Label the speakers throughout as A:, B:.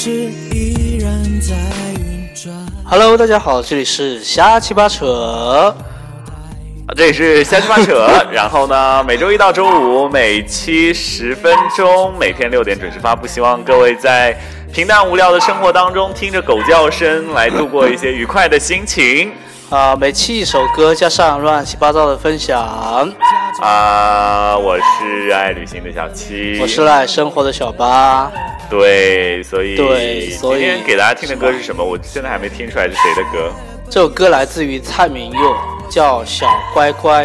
A: 是依然在运转。
B: Hello，大家好，这里是瞎七八扯。
C: 啊这里是瞎鸡巴扯，然后呢，每周一到周五每期十分钟，每天六点准时发布。希望各位在平淡无聊的生活当中，听着狗叫声来度过一些愉快的心情。
B: 啊、每期一首歌加上乱七八糟的分享。
C: 啊、我是热爱旅行的小七，
B: 我是热爱生活的小八。
C: 对，所以
B: 对所以
C: 今天给大家听的歌是什么？我现在还没听出来是谁的歌。
B: 这首歌来自于蔡明佑，叫《小乖乖》。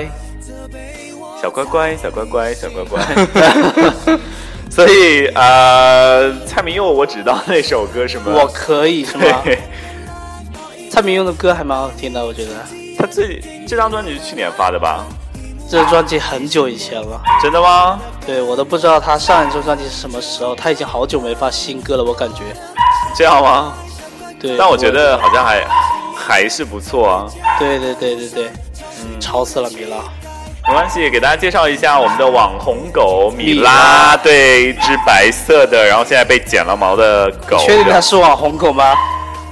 C: 小乖乖，小乖乖，小乖乖。 所以呃，蔡明佑我只知道那首歌什么，
B: 我可以是 吗？
C: 对，
B: 蔡明佑的歌还蛮好听的，我觉得。
C: 他最这张专辑是去年发的吧？
B: 这张专辑很久以前了，
C: 真的吗？
B: 对我都不知道他上一张专辑是什么时候，他已经好久没发新歌了，我感觉。
C: 这样吗？
B: 对，
C: 但我觉得好像还还是不错啊。
B: 对对对对对，
C: 嗯，
B: 吵死了米拉。
C: 没关系，给大家介绍一下我们的网红狗米
B: 米
C: 拉，
B: 拉
C: 对，一只白色的，然后现在被剪了毛的狗。
B: 确定他是网红狗吗？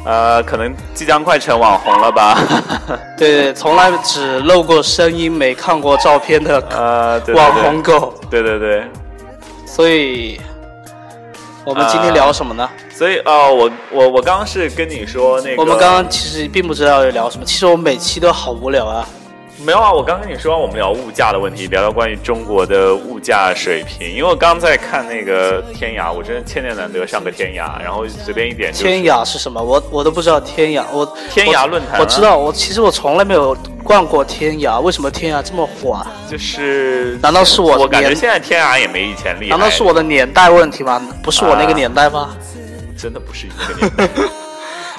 C: 呃，可能即将快成网红了吧？
B: 对对，从来只露过声音，没看过照片的
C: 呃，对对对
B: 网红狗。
C: 对对对。
B: 所以，我们今天聊什么呢？
C: 所以哦，我我我刚刚是跟你说那个，
B: 我们刚刚其实并不知道要聊什么，其实我们每期都好无聊啊。
C: 没有啊，我刚跟你说我们聊物价的问题，聊聊关于中国的物价水平，因为我刚在看那个天涯，我真的千年难得上个天涯，然后随便一点就是
B: 天涯是什么？我我都不知道天涯。我
C: 天涯论坛啊
B: 我，我知道。我其实我从来没有逛过天涯，为什么天涯这么火啊？
C: 就是
B: 难道是我
C: 我感觉
B: 年
C: 现在天涯也没以前厉害，
B: 难道是我的年代问题吗？不是我那个
C: 啊
B: 年代吗？
C: 真的不是一个年代？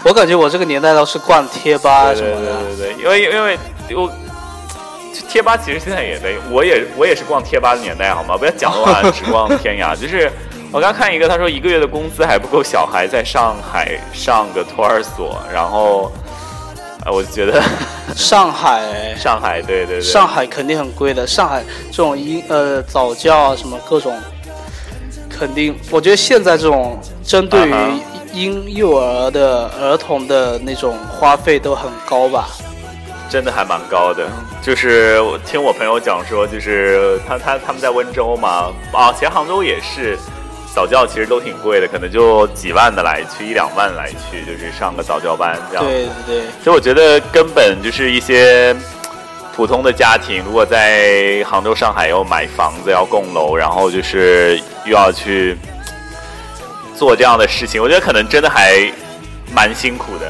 B: 我感觉我这个年代都是逛贴吧
C: 对
B: 什
C: 对
B: 么的。
C: 对对对，因为因为我。贴吧其实现在也在，我也我也是逛贴吧的年代，好吗？不要讲我只逛天 涯。就是我刚看一个，他说一个月的工资还不够小孩在上海上个托儿所，然后，呃，我就觉得
B: 上海，
C: 上海，对对对，
B: 上海肯定很贵的。上海这种英呃早教啊什么各种，肯定我觉得现在这种针对于
C: 啊哈
B: 婴幼儿的儿童的那种花费都很高吧？
C: 真的还蛮高的。就是我听我朋友讲说，就是他他他们在温州嘛，啊，其实杭州也是。早教其实都挺贵的，可能就几万的来去，一两万来去，就是上个早教班这样。
B: 对对对。
C: 所以我觉得根本就是一些普通的家庭，如果在杭州、上海要买房子、要供楼，然后就是又要去做这样的事情，我觉得可能真的还蛮辛苦的。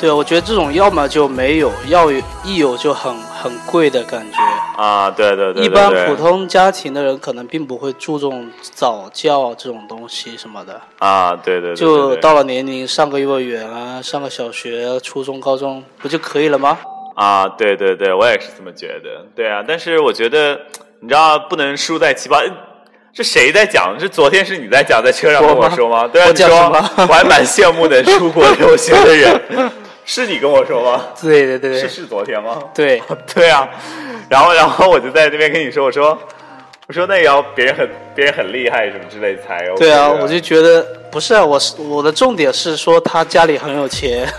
B: 对，我觉得这种要么就没有，要有一有就很很贵的感觉。
C: 啊，对对对对对
B: 一般普通家庭的人可能并不会注重早教这种东西什么的，
C: 啊，对对对对
B: 就
C: 对
B: 到了年龄上个幼儿园啊，上个小学、初中、高中不就可以了吗？
C: 啊，对对对，我也是这么觉得。对啊，但是我觉得你知道不能输在起跑。呃这谁在讲？这昨天是你在讲，在车上跟
B: 我
C: 我
B: 吗
C: 说吗？对啊，
B: 我
C: 你
B: 讲
C: 说
B: 什么
C: 我还蛮羡慕能 出国留学的人，是你跟我说吗？
B: 对对对
C: 是
B: 对
C: 是昨天吗？
B: 对，
C: 对啊，然后然后我就在这边跟你说，我说我说那也要别人很别人很厉害什么之类才 OK
B: 对啊，
C: 的
B: 我就觉得不是啊，我是我的重点是说他家里很有钱，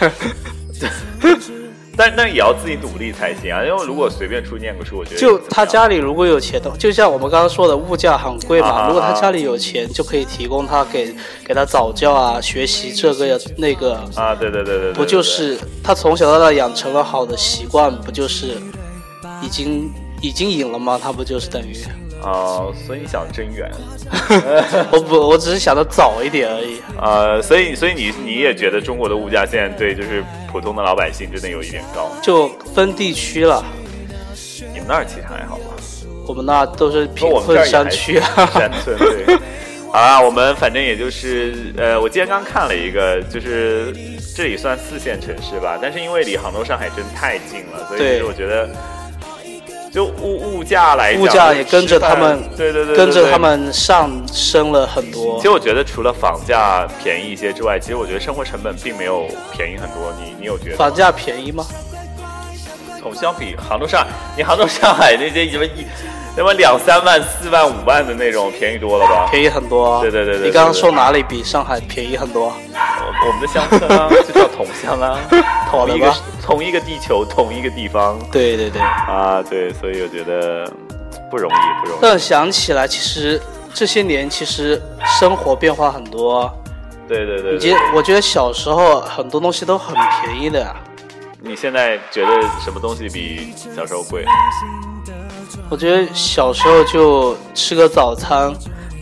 C: 但但也要自己努力才行啊，因为如果随便出去念个书，我觉得
B: 就
C: 也不怎么
B: 他
C: 样
B: 家里如果有钱的，就像我们刚刚说的，物价很贵
C: 啊啊
B: 嘛。
C: 啊
B: 如果他家里有钱，就可以提供他给给他早教啊、学习这个呀那个，
C: 啊，对对对对对，
B: 不
C: 对
B: 就是他从小到大养成了好的习惯，不就是已经已经赢了吗？他不就是等于？
C: 啊、所以想真远。
B: 我不，我只是想的早一点而已。
C: 呃，所以所以你你也觉得中国的物价现在对就是普通的老百姓真的有一点高？
B: 就分地区了，
C: 你们那儿其实还好吧？
B: 我们那都是贫
C: 跟我们这
B: 困
C: 儿也
B: 山
C: 还
B: 区
C: 行
B: 啊。
C: 山村对。好啦，我们反正也就是，呃，我今天刚看了一个，就是这里算四线城市吧，但是因为离杭州、上海真太近了，所以
B: 对
C: 其实我觉得，就物物价来讲，
B: 物价也跟着他们
C: 吃饭对对对对
B: 跟着
C: 对
B: 他们上升了很多
C: 其实。我觉得除了房价便宜一些之外，其实我觉得生活成本并没有便宜很多。你你有觉得？
B: 房价便宜吗？
C: 我相比杭州上， 你杭州上海那些什么一，那么两三万、四万、五 万的那种便宜多了吧？
B: 便宜很多啊。
C: 对对对对对
B: 你刚刚说哪里比上海便宜很多？啊
C: 我们的乡村 啊，就叫同乡啊，
B: 好
C: 同
B: 的
C: 一个
B: 吧
C: 同一个地球，同一个地方
B: 对对对。
C: 啊，对，所以我觉得不容易，不容易。
B: 但想起来，其实这些年其实生活变化很多。啊
C: 对对对
B: 你
C: 对
B: 觉，我觉得小时候很多东西都很便宜的啊呀。
C: 你现在觉得什么东西比小时候贵？
B: 我觉得小时候就吃个早餐，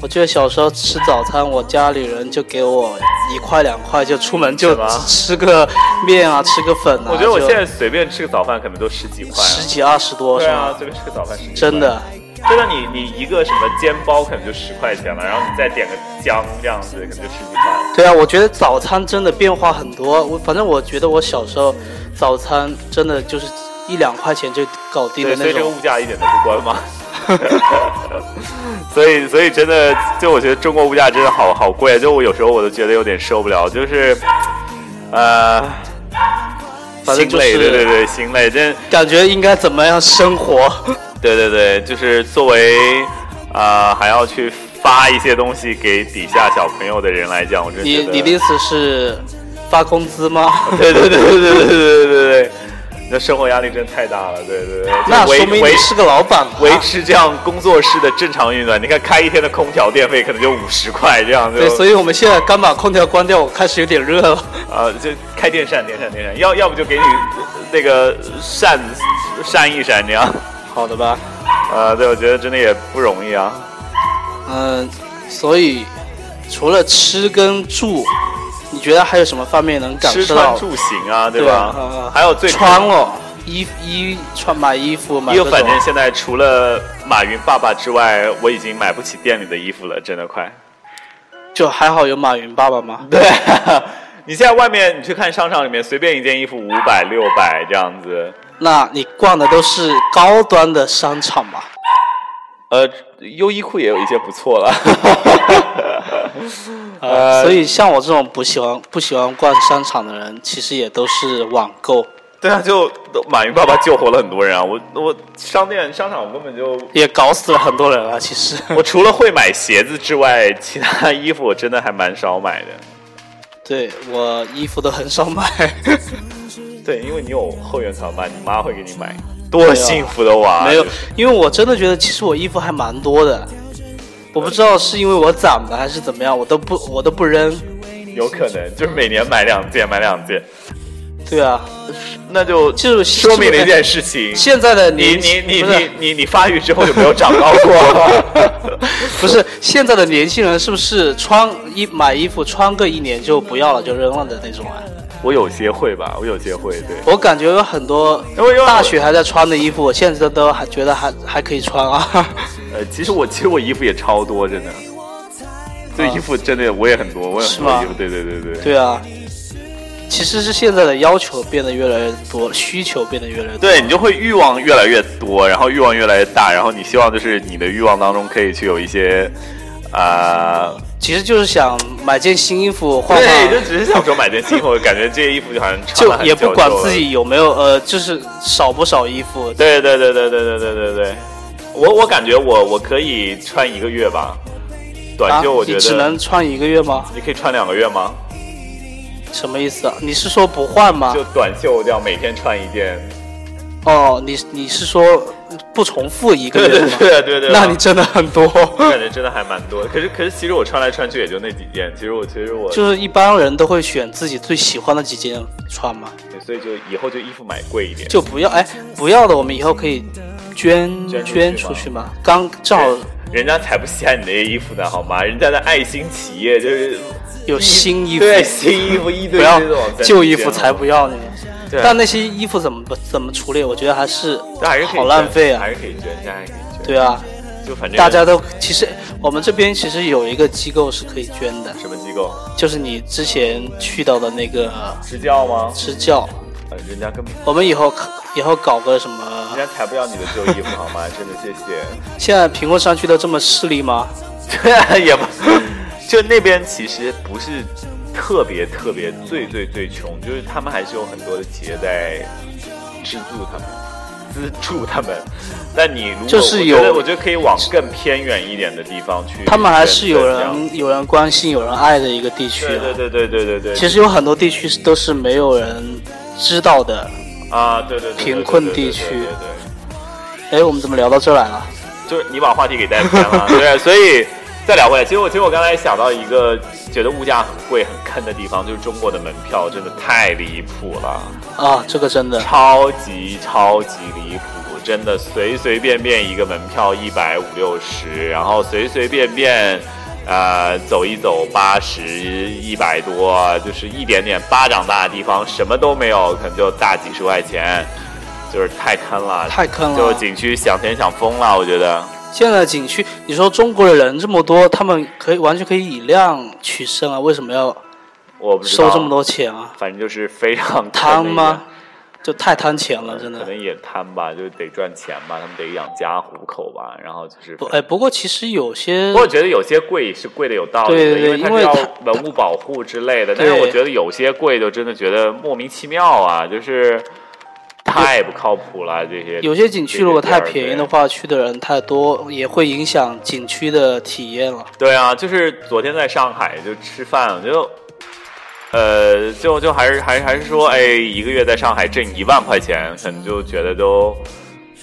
B: 我记得小时候吃早餐，我家里人就给我一块两块，就出门就是
C: 吗
B: 吃个面啊，吃个粉啊。
C: 我觉得我
B: 就
C: 现在随便吃个早饭，可能都十几块、
B: 十
C: 啊。
B: 几二十多
C: 对
B: 是
C: 啊
B: 吗，？
C: 随便吃个早饭十几块。
B: 真的，
C: 真的你你一个什么煎包可能就十块钱了，然后你再点个姜这样子，可能就十几块。
B: 对啊，我觉得早餐真的变化很多。我反正我觉得我小时候早餐真的就是一两块钱就搞定
C: 对，
B: 的
C: 所
B: 那
C: 以这个
B: 种。
C: 物价一点都不关嘛。 所以，所以真的，就我觉得中国物价真的好好贵，就我有时候我都觉得有点受不了，就是，呃，
B: 反正就是
C: 心累，对对对，心累，真，
B: 感觉应该怎么样生 活？
C: 对对对，就是作为，啊、还要去发一些东西给底下小朋友的人来讲，我真的
B: 你
C: 觉得
B: 你的意思是发工资 吗？
C: 对对对对对对对对对对，那生活压力真的太大了，对对对，
B: 那
C: 维
B: 说明
C: 维
B: 你是个老板啊
C: 维持这样工作室的正常运转，你看开一天的空调电费可能就五十块这样就，
B: 对，所啊
C: 以
B: 以我们现在刚把空调关掉，我开始有点热了。
C: 呃就开电扇电扇电扇，要要不就给你那个扇扇一扇这样，
B: 好的吧，
C: 呃，对我觉得真的也不容易啊，
B: 嗯，所以除了吃跟住，你觉得还有什么方面能感
C: 吃
B: 受
C: 穿
B: 到？
C: 住行啊，对
B: 对
C: 吧？
B: 嗯
C: 还有最
B: 穿了衣衣穿买衣服买
C: 因
B: 各
C: 为反
B: 种
C: 正现在除了马云爸爸之外，我已经买不起店里的衣服了，真的快。
B: 就还好有马云爸爸嘛。
C: 对，你现在外面你去看商场里面，随便一件衣服五百六百这样子，
B: 那你逛的都是高端的商场吧？
C: 呃，优衣库也有一些不错了。
B: 呃，所以像我这种不喜欢不喜欢逛商场的人，其实也都是网购，
C: 对啊，就马云爸爸救活了很多人啊！我我商店商场我根本就
B: 也搞死了很多人啊。其实，
C: 我除了会买鞋子之外，其他衣服我真的还蛮少买的。
B: 对我衣服都很少买，
C: 对，因为你有后援团嘛，你妈会给你买，多幸福的娃！
B: 没有
C: 就是，
B: 因为我真的觉得其实我衣服还蛮多的，我不知道是因为我攒的还是怎么样，我都不我都不扔。
C: 有可能就是每年买两件，买两件，
B: 对啊，
C: 那就
B: 就是
C: 说明了一件事情。
B: 现在的
C: 你
B: 年
C: 你你
B: 不是
C: 你你你发育之后有没有长高过？
B: 不是现在的年轻人是不是穿衣买衣服穿个一年就不要了就扔了的那种啊？
C: 我有些会吧，我有些会，对。
B: 我感觉有很多
C: 因为因为
B: 大学还在穿的衣服，我现在都还觉得还还可以穿啊。
C: 呃，其实我其实我衣服也超多，真的。对衣服真的我也很多，我也
B: 是
C: 很
B: 吗
C: 多衣服，对对对对。
B: 对啊，其实是现在的要求变得越来越多，需求变得越来越多。
C: 对你就会欲望越来越多，然后欲望越来越大，然后你希望就是你的欲望当中可以去有一些，啊、
B: 其实就是想买件新衣服换
C: 对，就
B: 换，
C: 只是想说买件新衣服，感觉这些衣服就好像穿了
B: 就
C: 很
B: 也
C: 久
B: 不管
C: 就
B: 自己有没有呃，就是少不少衣服。
C: 对对对对对对对对对，我我感觉我我可以穿一个月吧，短
B: 啊
C: 袖我，觉
B: 你
C: 得、
B: 只能穿一个月吗？
C: 你可以穿两个月吗？
B: 什么意思啊？你是说不换吗
C: 就？短袖这样每天穿一件。
B: 哦，你你是说不重复一个
C: 对
B: 月
C: 对
B: 吗？
C: 对对对，
B: 那你真的很多，
C: 我感觉真的还蛮多的。可是可是其实我穿来穿去也就那几件，其实我其实我
B: 就是一般人都会选自己最喜欢的几件穿嘛，
C: 所以就以后就衣服买贵一点。
B: 就不要哎，不要的我们以后可以捐捐
C: 捐出去吗
B: 出去嘛。刚正好
C: 人家才不稀罕你那些衣服呢，好吗？人家的爱心企业就是
B: 有新衣服，
C: 对新衣服一堆
B: 不要
C: 这种在
B: 旧
C: 中
B: 衣
C: 间
B: 服才不要呢。
C: 对
B: 但那些衣服怎么怎么处理？我觉得还是
C: 但还是可
B: 好
C: 以捐
B: 浪费啊
C: 还。是可以捐，现在还是可以捐。
B: 对啊，
C: 就反正
B: 大家都其实我们这边其实有一个机构是可以捐的，
C: 什么机构？
B: 就是你之前去到的那个
C: 支教吗？
B: 支教。
C: 呃，人家根本
B: 我们以后可以后搞个什么？
C: 人家才不要你的旧衣服好 吗？真的谢谢。
B: 现在贫困山区都这么势利吗？
C: 对啊， 也不，就那边其实不是特别特别最最最穷，就是他们还是有很多的企业在资助他们。资助他们。但你如果
B: 就是
C: 我觉得
B: 有
C: 我觉得可以往更偏远一点的地方去捐赠这样。
B: 他们还是有人有人关心、有人爱的一个地区、啊。
C: 对对对对对对对，
B: 其实有很多地区是都是没有人知道的。
C: 啊，对对对对，
B: 贫困
C: 对对
B: 地
C: 对
B: 区
C: 对对对
B: 哎，我们怎么聊到这儿来了？
C: 就是你把话题给带 偏了，对，所以再聊回来。其实我其实我刚才想到一个觉得物价很贵、很坑的地方，就是中国的门票真的太离谱了，
B: 啊，这个真的
C: 超级超级离谱，真的随随便便一个门票一百五六十，然后随随便便。呃，走一走八十一百多，啊就是一点点巴掌大的地方，什么都没有，可能就大几十块钱，就是太坑了，
B: 太坑
C: 就
B: 了。
C: 景区想钱想疯了，我觉得。
B: 现在景区，你说中国的人这么多，他们可以完全可以以量取胜啊，为什么要
C: 我不知道
B: 收这么，多钱啊？
C: 反正就是 非常
B: 贪
C: 的一
B: 吗
C: 个？？
B: 就太贪钱了，真
C: 可
B: 的。
C: 能也贪吧，就是得赚钱吧，他们得养家糊口吧，然后就是。
B: 不，哎，不过其实有些
C: 不过我觉得有些贵是贵的有道理的，
B: 对对对
C: 因它
B: 因为
C: 是要
B: 它
C: 文物保护之类的。但是
B: 对
C: 我觉得有些贵就真的觉得莫名其妙啊，就是太不靠谱了。这些
B: 有些景区如果太便宜的
C: 话。
B: 话，去的人太多，也会影响景区的体验了。
C: 对啊，就是昨天在上海就吃饭，我就，呃，就就还是还是还是说，哎，一个月在上海挣一万块钱，可能就觉得都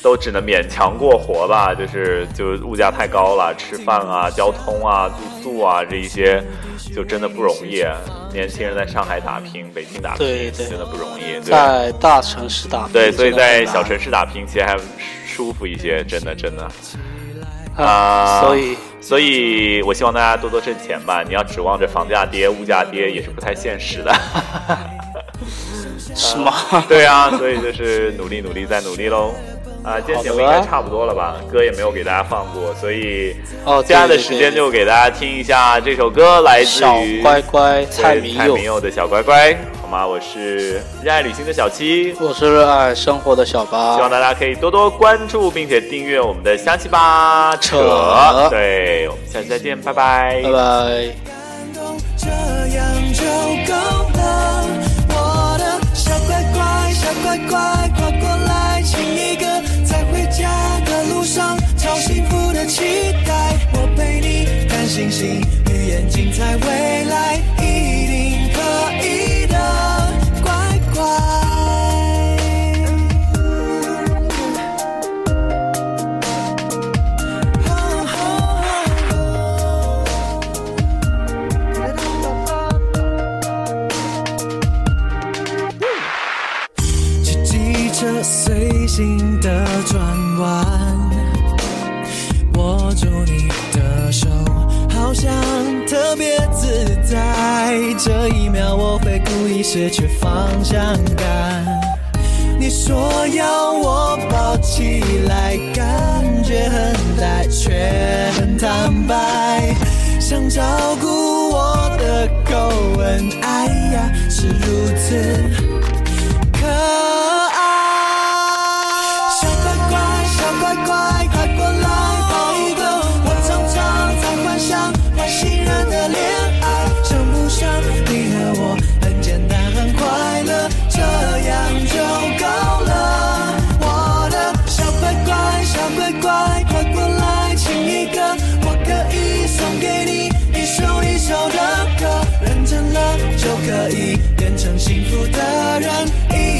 C: 都只能勉强过活吧，就是就是物价太高了，吃饭啊、交通啊、住宿啊这一些，就真的不容易。年轻人在上海打拼，北京打拼，
B: 对对
C: 真的不容易。对
B: 在大城市打拼
C: 对，所以
B: 真的很
C: 在小
B: 难
C: 城市打拼其实还舒服一些，真的真的。啊
B: 啊，所以
C: 所以我希望大家多多挣钱吧。你要指望着房价跌、物价跌也是不太现实 的。
B: 是吗？
C: 对啊，所以就是努力、努力再努力喽。啊，今天节目应该差不多了吧？歌也没有给大家放过，所以
B: 哦
C: 接下来的
B: 对对
C: 时间
B: 对
C: 就给大家听一下这首歌，来自
B: 小
C: 于
B: 乖乖
C: 呃对
B: 蔡明
C: 明
B: 佑，
C: 佑的小乖乖，好吗？我是热爱旅行的小七，
B: 我是热爱生活的小
C: 希
B: 八，
C: 望大家可以多多关注并且订阅我们的瞎七八扯
B: 扯。
C: 对，我们下期再见，拜拜
B: 拜拜。
A: 这样就够了。我的小乖乖，小乖乖，快过来亲一个，在回家的路上，超幸福的期待。我陪你看星星，与眼睛在未来，一定可以的，乖乖。骑机车随心的转弯，握住你的手，好像特别自在。这一秒我会故意失去方向感。你说要我抱起来，感觉很呆，却很坦白。想照顾我的口吻，哎呀，是如此可爱。小乖乖，小乖乖，快过来抱一抱。我常常在幻想外星人的恋爱，想不想你和我很简单很快乐，这样就够了。我的小乖乖，小乖乖，快过来亲一个，我可以送给你一首一首的歌，认真了就可以变成幸福的人。一